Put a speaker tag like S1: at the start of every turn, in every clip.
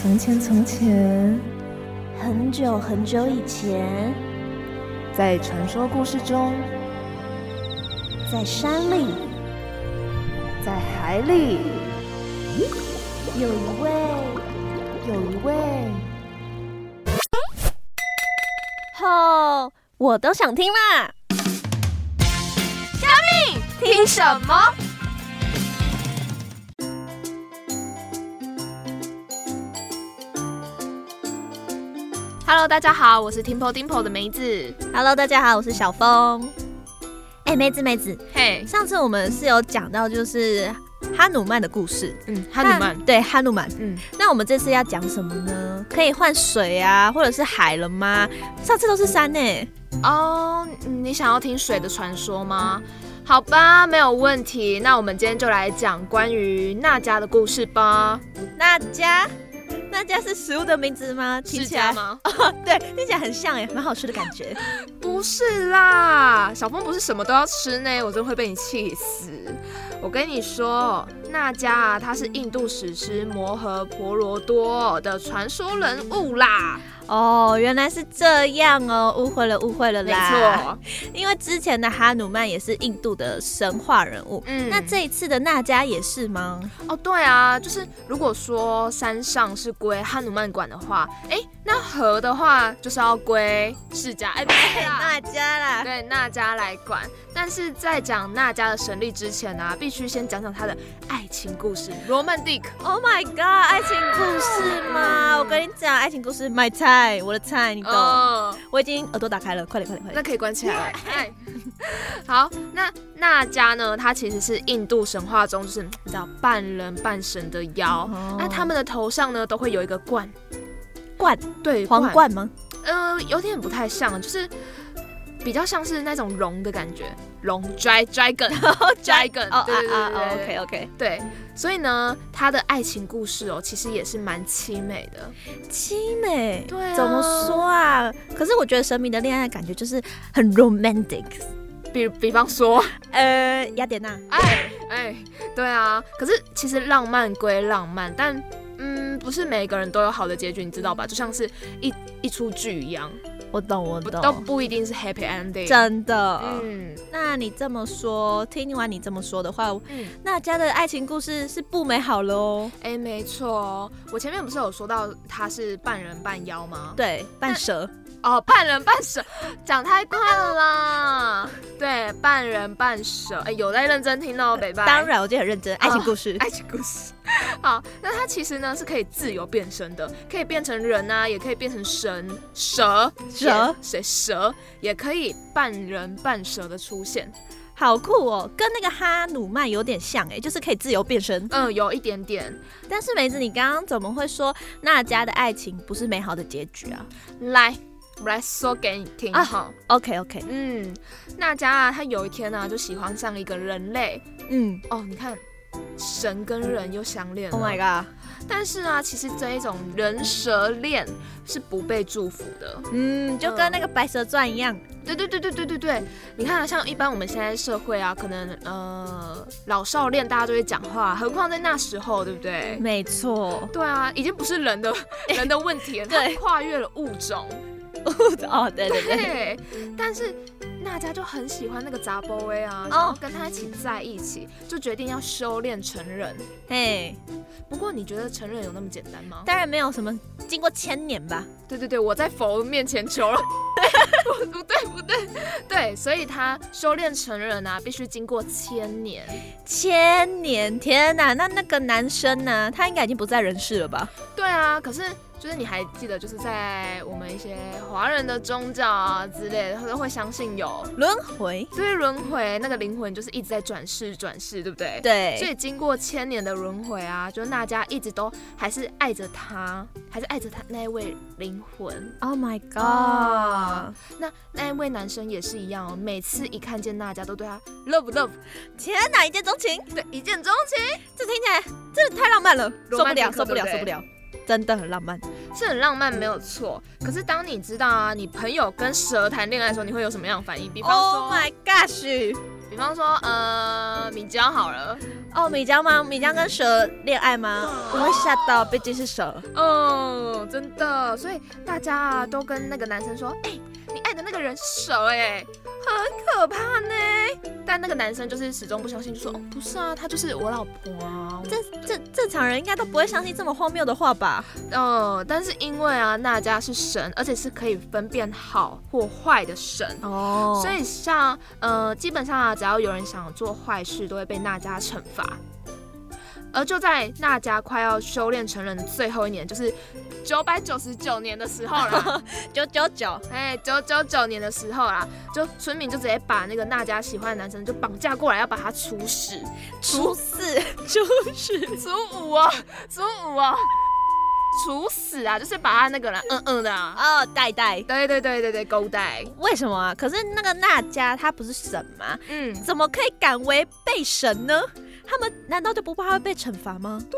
S1: 从前，从前，
S2: 很久很久以前，
S1: 在传说故事中，
S2: 在山里
S1: 在海里，
S2: 有一位，有一位。吼、我都想听啦！
S3: 听什么？Hello，大家好，我是 Timple Dimple 的梅子。
S2: Hello，大家好，我是小峰。哎、梅子梅子，
S3: 嘿、
S2: 上次我们是有讲到就是哈努曼的故事，
S3: 嗯，哈努曼
S2: 那，对哈努曼。
S3: 嗯，
S2: 那我们这次要讲什么呢？可以换水啊，或者是海了吗？上次都是山呢、
S3: 哦、你想要听水的传说吗？好吧，没有问题。那我们今天就来讲关于娜迦的故事吧。
S2: 那家，那家是食物的名字吗？听
S3: 是
S2: 起
S3: 这样
S2: 来
S3: 吗？啊
S2: 对，听起来很像哎，蛮好吃的感觉。
S3: 不是啦，小峰不是什么都要吃呢，我真会被你气死。我跟你说，那迦啊，他是印度史诗《摩诃婆罗多》的传说人物啦，
S2: 哦，原来是这样哦，误会了，误会了
S3: 没
S2: 啦。
S3: 错，
S2: 错，因为之前的哈努曼也是印度的神话人物，
S3: 嗯
S2: 那这一次的娜迦也是吗？
S3: 哦对啊，就是如果说山上是归汉努曼管的话，哎，那河的话就是要归释迦，哎，不对啦。
S2: 娜迦啦，
S3: 对那迦来管，但是在讲那迦的神力之前呢、啊，必须先讲讲他的爱情故事——罗曼蒂克。
S2: Oh my god，爱情故事吗？
S3: 嗯
S2: 我跟你讲，爱情故事买菜，我的菜，你懂？
S3: 哦，
S2: 我已经耳朵打开了，快点，快点，快
S3: 那
S2: 点！
S3: 可以关 起来了。哎，好，那那迦呢？它其实是印度神话中就是你知道半人半神的妖。
S2: 哦
S3: 那他们的头上呢都会有一个冠，
S2: 冠
S3: 对，
S2: 皇，冠吗？
S3: 呃，有点不太像，就是比较像是那种龙的感觉，龙 dry dragon
S2: 哦
S3: dragon，
S2: 哦啊
S3: 对对
S2: 啊
S3: 对对
S2: ，OK
S3: 对
S2: OK，
S3: 对，所以呢，他的爱情故事哦，其实也是蛮凄美的。
S2: 凄美。
S3: 对啊
S2: 欸怎么说啊？可是我觉得神明的恋爱感觉就是很 romantic。
S3: 比 比方说，
S2: 呃，雅典娜，
S3: 哎哎，对啊，可是其实浪漫归浪漫，但嗯，不是每个人都有好的结局，你知道吧？就像是一一出剧一样，
S2: 我懂，我
S3: 不
S2: 懂，
S3: 都不一定是 happy ending。
S2: 真的。
S3: 嗯，
S2: 那你这么说，听完你这么说的话，
S3: 嗯
S2: 那家的爱情故事是不美好了哦。
S3: 哎，没错哦，我前面不是有说到他是半人半妖吗？
S2: 对，半蛇，
S3: 哦，半人半蛇，讲太快了啦。对，半人半蛇，哎，有在认真听哦，北拜。
S2: 当然我就很认真，爱情故事。
S3: 爱情故事。好，那它其实呢是可以自由变身的，可以变成人啊，也可以变成神、蛇、
S2: 蛇、
S3: 谁蛇，也可以半人半蛇的出现。
S2: 好酷哦，跟那个哈努曼有点像哎，就是可以自由变身。
S3: 嗯，有一点点
S2: 但是梅子，你刚刚怎么会说那家的爱情不是美好的结局啊
S3: 来。我来说给你听
S2: 啊
S3: 哈，
S2: ？OK OK，
S3: 嗯，娜迦啊，他有一天呢、就喜欢上一个人类
S2: 嗯
S3: 哦，你看，神跟人又相恋了。
S2: ，Oh my god，
S3: 但是啊，其实这一种人蛇恋是不被祝福的，
S2: 嗯，就跟那个《白蛇传》一样，
S3: 对对对对对对对，你看啊，像一般我们现在社会啊，可能呃老少恋大家就会讲话，何况在那时候，对不对？
S2: 没错。
S3: 对啊，已经不是人的 人的问题了，它
S2: 对
S3: 跨越了物种。
S2: 哦，对 对对，
S3: 对，但是娜迦就很喜欢那个杂波威啊，
S2: 哦
S3: 然后跟他一起在一起，就决定要修炼成人。
S2: 嘿，
S3: 不过你觉得成人有那么简单吗？
S2: 当然没有什么经过千年吧。
S3: 对对对，我在佛面前求了。 不不对不对，对，所以他修炼成人啊，必须经过千年。
S2: 千年，天哪！那那个男生呢、他应该已经不在人世了吧？
S3: 对啊，可是就是你还记得，就是在我们一些华人的宗教啊之类的，都会相信有
S2: 轮回，
S3: 对轮回，那个灵魂就是一直在转世转世，对不对？。所
S2: 对，
S3: 以经过千年的轮回啊，就大家一直都还是爱着他，还是爱着他那一位灵魂。
S2: Oh my god！、
S3: 啊那那一位男生也是一样哦，每次一看见大家都对他 love love，
S2: 天哪，一见钟情，
S3: 对一见钟情，
S2: 这听起来这太浪漫了，受不了，
S3: Romantic，
S2: 受不了，受
S3: 对不对
S2: 不了，真的很浪漫。
S3: 是很浪漫没有错。可是当你知道啊，你朋友跟蛇谈恋爱的时候，你会有什么样的反应？比方说
S2: Oh my gosh！
S3: 比方说，呃，米椒好了，
S2: 哦，米江吗？米江跟蛇恋爱吗？我会吓到，毕竟是蛇。
S3: 嗯，真的，所以大家啊都跟那个男生说，哎、你爱的那个人是蛇、哎，很可怕呢。但那个男生就是始终不相信，就说，哦，不是啊，她就是我老婆啊。
S2: 这这正常人应该都不会相信这么荒谬的话吧？
S3: 嗯，但是因为啊，娜迦是神，而且是可以分辨好或坏的神。
S2: 哦
S3: 所
S2: 所以
S3: 以像呃，基本上啊，只要有人想做坏事，都会被娜迦惩罚。而就在娜迦快要修炼成人的最后一年，就是九百九十九年的时候啦，
S2: 九九九，
S3: 哎，九九九年的时候啦，就村民就直接把那个娜迦喜欢的男生就绑架过来，要把他处死，
S2: 初四，初四，
S3: 处五哦，处五哦，处死啊，就是把他那个人嗯嗯的、啊，
S2: 哦，代代。
S3: 对对对对对，勾带，
S2: 为什么啊？可是那个娜迦她不是神吗？
S3: 嗯，
S2: 怎么可以敢违背神呢？他们难道就不怕会被惩罚吗？
S3: 他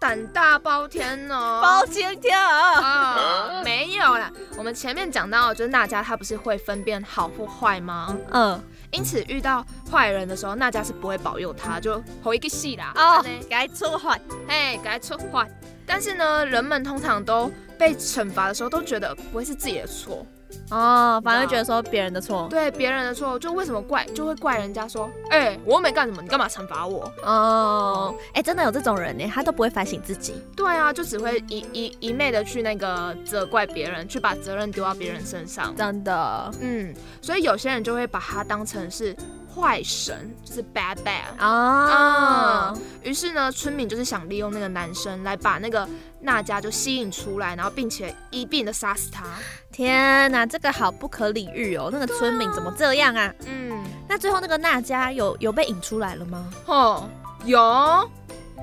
S3: 胆大包天哦，
S2: 包青天啊！
S3: 啊，没有啦。我们前面讲到，就是娜迦她不是会分辨好或坏吗？
S2: 嗯，
S3: 因此遇到坏人的时候，娜迦是不会保佑他，就吼一个戏啦。
S2: 哦
S3: 这样呢，
S2: 该出坏。
S3: 嘿，给他出坏。但是呢，人们通常都被惩罚的时候，都觉得不会是自己的错，
S2: 哦，反而觉得说别人的错。
S3: 对别人的错，就为什么怪，就会怪人家说，哎、我又没干什么，你干嘛惩罚我？
S2: 哦，哎、真的有这种人呢，他都不会反省自己。
S3: 对啊，就只会一一一昧的去那个责怪别人，去把责任丢到别人身上。
S2: 真的
S3: 嗯，所以有些人就会把它当成是坏神，就是 bad bad。
S2: 啊、
S3: 啊于是呢，村民就是想利用那个男生来把那个娜迦就吸引出来，然后并且一并的杀死他。
S2: 天哪，这个好不可理喻哦！那个村民怎么这样啊？
S3: 嗯，
S2: 那最后那个娜迦有有被引出来了吗？
S3: 哦，有，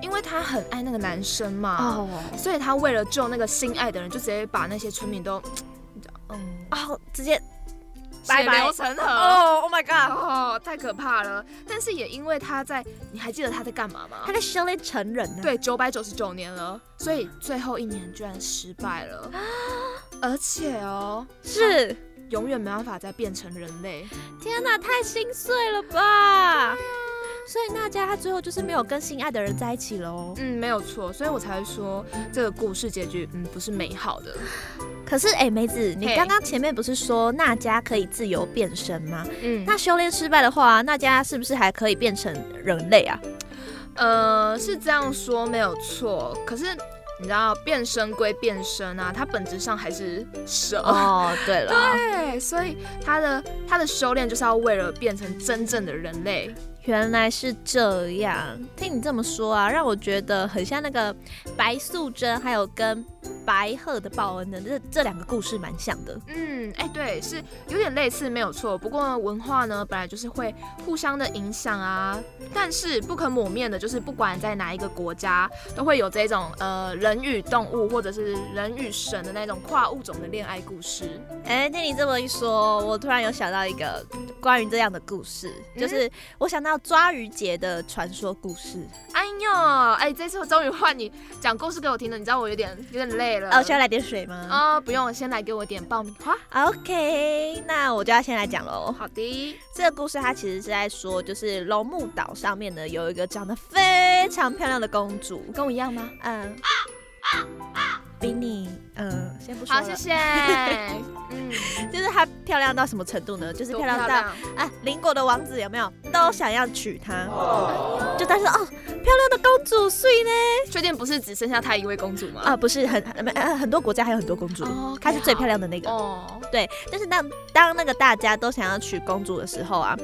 S3: 因为他很爱那个男生嘛，
S2: 哦
S3: 所以他为了救那个心爱的人，就直接把那些村民都
S2: 嗯哦，直接
S3: 血
S2: 拜拜
S3: 流成河。
S2: 哦，Oh my god！
S3: 哦，太可怕了！但是也因为他在，你还记得他在干嘛吗
S2: 他？在修炼成人啊呢、
S3: 对，九百九十九年了，所以最后一年居然失败了， 而且哦，
S2: 是
S3: 永远没办法再变成人类。
S2: 天哪，太心碎了吧！所以娜迦她最后就是没有跟心爱的人在一起喽。
S3: 嗯，没有错，所以我才会说这个故事结局，嗯，不是美好的。
S2: 可是哎、梅子，你
S3: 嘿
S2: 刚刚前面不是说娜迦可以自由变身吗？
S3: 嗯，
S2: 那修炼失败的话，娜迦是不是还可以变成人类啊？
S3: 呃是这样说没有错，可是你知道变身归变身啊，它本质上还是蛇。
S2: 哦， 对了，
S3: 对，所以它的它的修炼就是要为了变成真正的人类。
S2: 原来是这样。听你这么说啊，让我觉得很像那个白素贞，还有跟白鹤的报恩的这这两个故事蛮像的。
S3: 嗯，哎、对，是有点类似，没有错。不过文化呢，本来就是会互相的影响啊。但是不可抹灭的，就是不管在哪一个国家，都会有这种呃人与动物或者是人与神的那种跨物种的恋爱故事。
S2: 哎，听你这么一说，我突然有想到一个关于这样的故事，就是我想到抓鱼节的传说故事。
S3: 哎呦，哎、这次我终于换你讲故事给我听了，你知道我有点有点累了。
S2: 哦，需要来点水吗、
S3: 啊、不用，先来给我点爆米花。
S2: o k 那我就要先来讲喽。
S3: 好的，
S2: 这个故事它其实是在说，就是龙目岛上面呢有一个长得非常漂亮的公主，
S3: 跟我一样吗？
S2: 嗯，比你，嗯，先不说
S3: 好，
S2: 了，
S3: 谢谢。 嗯，
S2: 就是她漂亮到什么程度呢？就是漂亮到
S3: 多
S2: 啊，邻国的王子有没有都想要娶她？就但是哦，漂亮的公主睡呢？
S3: 确定不是只剩下她一位公主吗？
S2: 啊，不是很很呃很多国家还有很多公主
S3: 哦，，OK，
S2: 她是最漂亮的那个。
S3: 哦，
S2: 对，但是当当那个大家都想要娶公主的时候啊，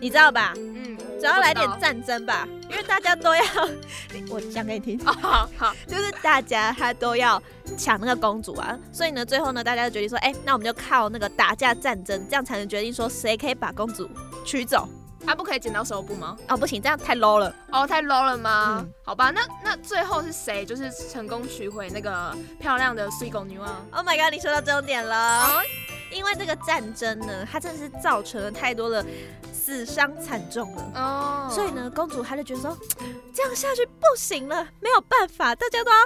S2: 你知道吧？
S3: 嗯，
S2: 只要来点
S3: 我不知道。
S2: 战争吧，因为大家都要， 我讲给你听，
S3: 哦，好好，
S2: 就是大家他都要抢那个公主啊，所以呢，最后呢，大家就决定说，哎、那我们就靠那个打架战争，这样才能决定说谁可以把公主娶走。
S3: 他不可以剪刀手部吗？
S2: 哦，不行，这样太 low 了。
S3: 哦，太 low 了吗？
S2: 嗯
S3: 好吧，那那最后是谁就是成功取回那个漂亮的水狗女王？
S2: Oh my god，你说到重点
S3: 哦
S2: 了，因为这个战争呢，它真的是造成了太多的死伤惨重了。
S3: 哦
S2: 所以，呢，公主她就觉得说，这样下去不行了，没有办法，大家都要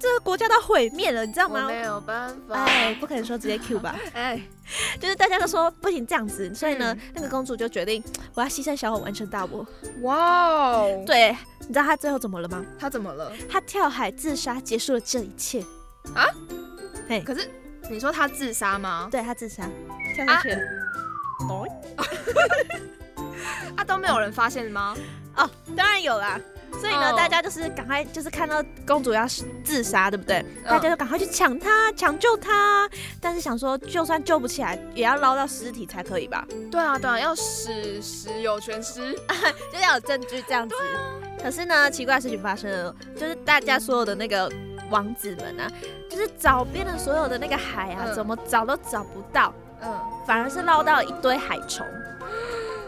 S2: 这个国家都毁灭了，你知道
S3: 我
S2: 吗？
S3: 没有办法。
S2: 哎，不可能说直接 Q 吧，
S3: 哎，
S2: 就是大家都说不行这样子，所以呢，
S3: 嗯
S2: 那个公主就决定我要牺牲小我完成大我。
S3: 哇哦，
S2: 对，你知道她最后怎么了吗？
S3: 他怎么了？
S2: 她跳海自杀，结束了这一切。
S3: 可是你说他自杀吗？
S2: 对她自杀，跳下去了。
S3: 啊，都没有人发现吗？
S2: 哦，当然有啦。所以呢
S3: 哦
S2: 大家就是赶快，就是看到公主要自杀，对不对？大家就赶快去抢她，抢救她。但是想说，就算救不起来，也要捞到尸体才可以吧？
S3: 嗯对啊对啊，要死死有全尸。
S2: 就是要有证据这样子。啊可是呢，奇怪的事情发生了，就是大家所有的那个王子们啊，就是找遍了所有的那个海啊，
S3: 嗯
S2: 怎么找都找不到，
S3: 嗯，
S2: 反而是捞到一堆海虫。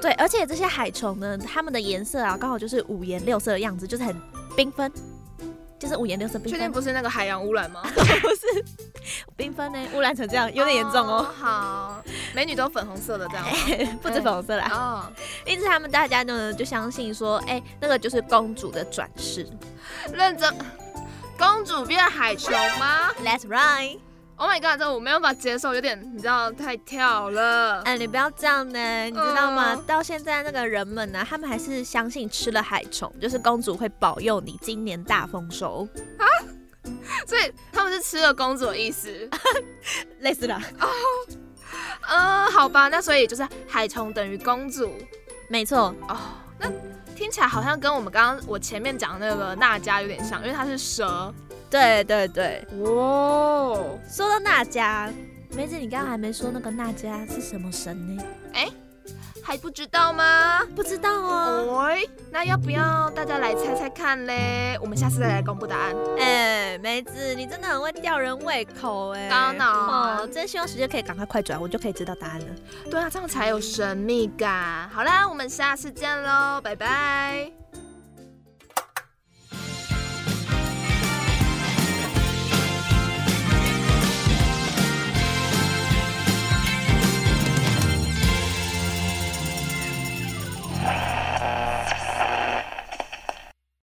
S2: 对，而且这些海虫呢，它们的颜色啊，刚好就是五颜六色的样子，就是很缤纷，就是五颜六色缤
S3: 确定
S2: 纷，
S3: 不是那个海洋污染吗？
S2: 缤纷呢污染成这样，有点严重哦，
S3: 好，美女都粉红色的这样吗。
S2: 不止粉红色啦。
S3: 哦，
S2: 因此他们大家呢就相信说，哎、那个就是公主的转世。
S3: 认真，公主变海熊吗
S2: That's right。
S3: ？Oh my god，这我没有办法接受，有点你知道太 跳了。
S2: 哎，你不要这样呢，你知道吗？
S3: 嗯
S2: 到现在那个人们呢，他们还是相信吃了海虫，就是公主会保佑你今年大丰收，
S3: 所以他们是吃了公主的意思。
S2: 类似啦。
S3: 嗯，好吧，那所以就是海虫等于公主
S2: 没错，
S3: 哦。那听起来好像跟我们刚刚我前面讲的那个娜迦有点像，因为它是蛇。
S2: 对对对。
S3: 哇，
S2: 说到娜迦，梅子，你刚刚还没说那个娜迦是什么神呢？
S3: 还不知道吗？
S2: 不知道哦。
S3: 哦，那要不要大家来猜猜看嘞？我们下次再来公布答案。
S2: 哎、梅子，你真的很会吊人胃口哎、
S3: 当然
S2: 哦，真希望时间可以赶快快转，我就可以知道答案了。
S3: 对啊，这样才有神秘感。好啦，我们下次见喽，拜拜。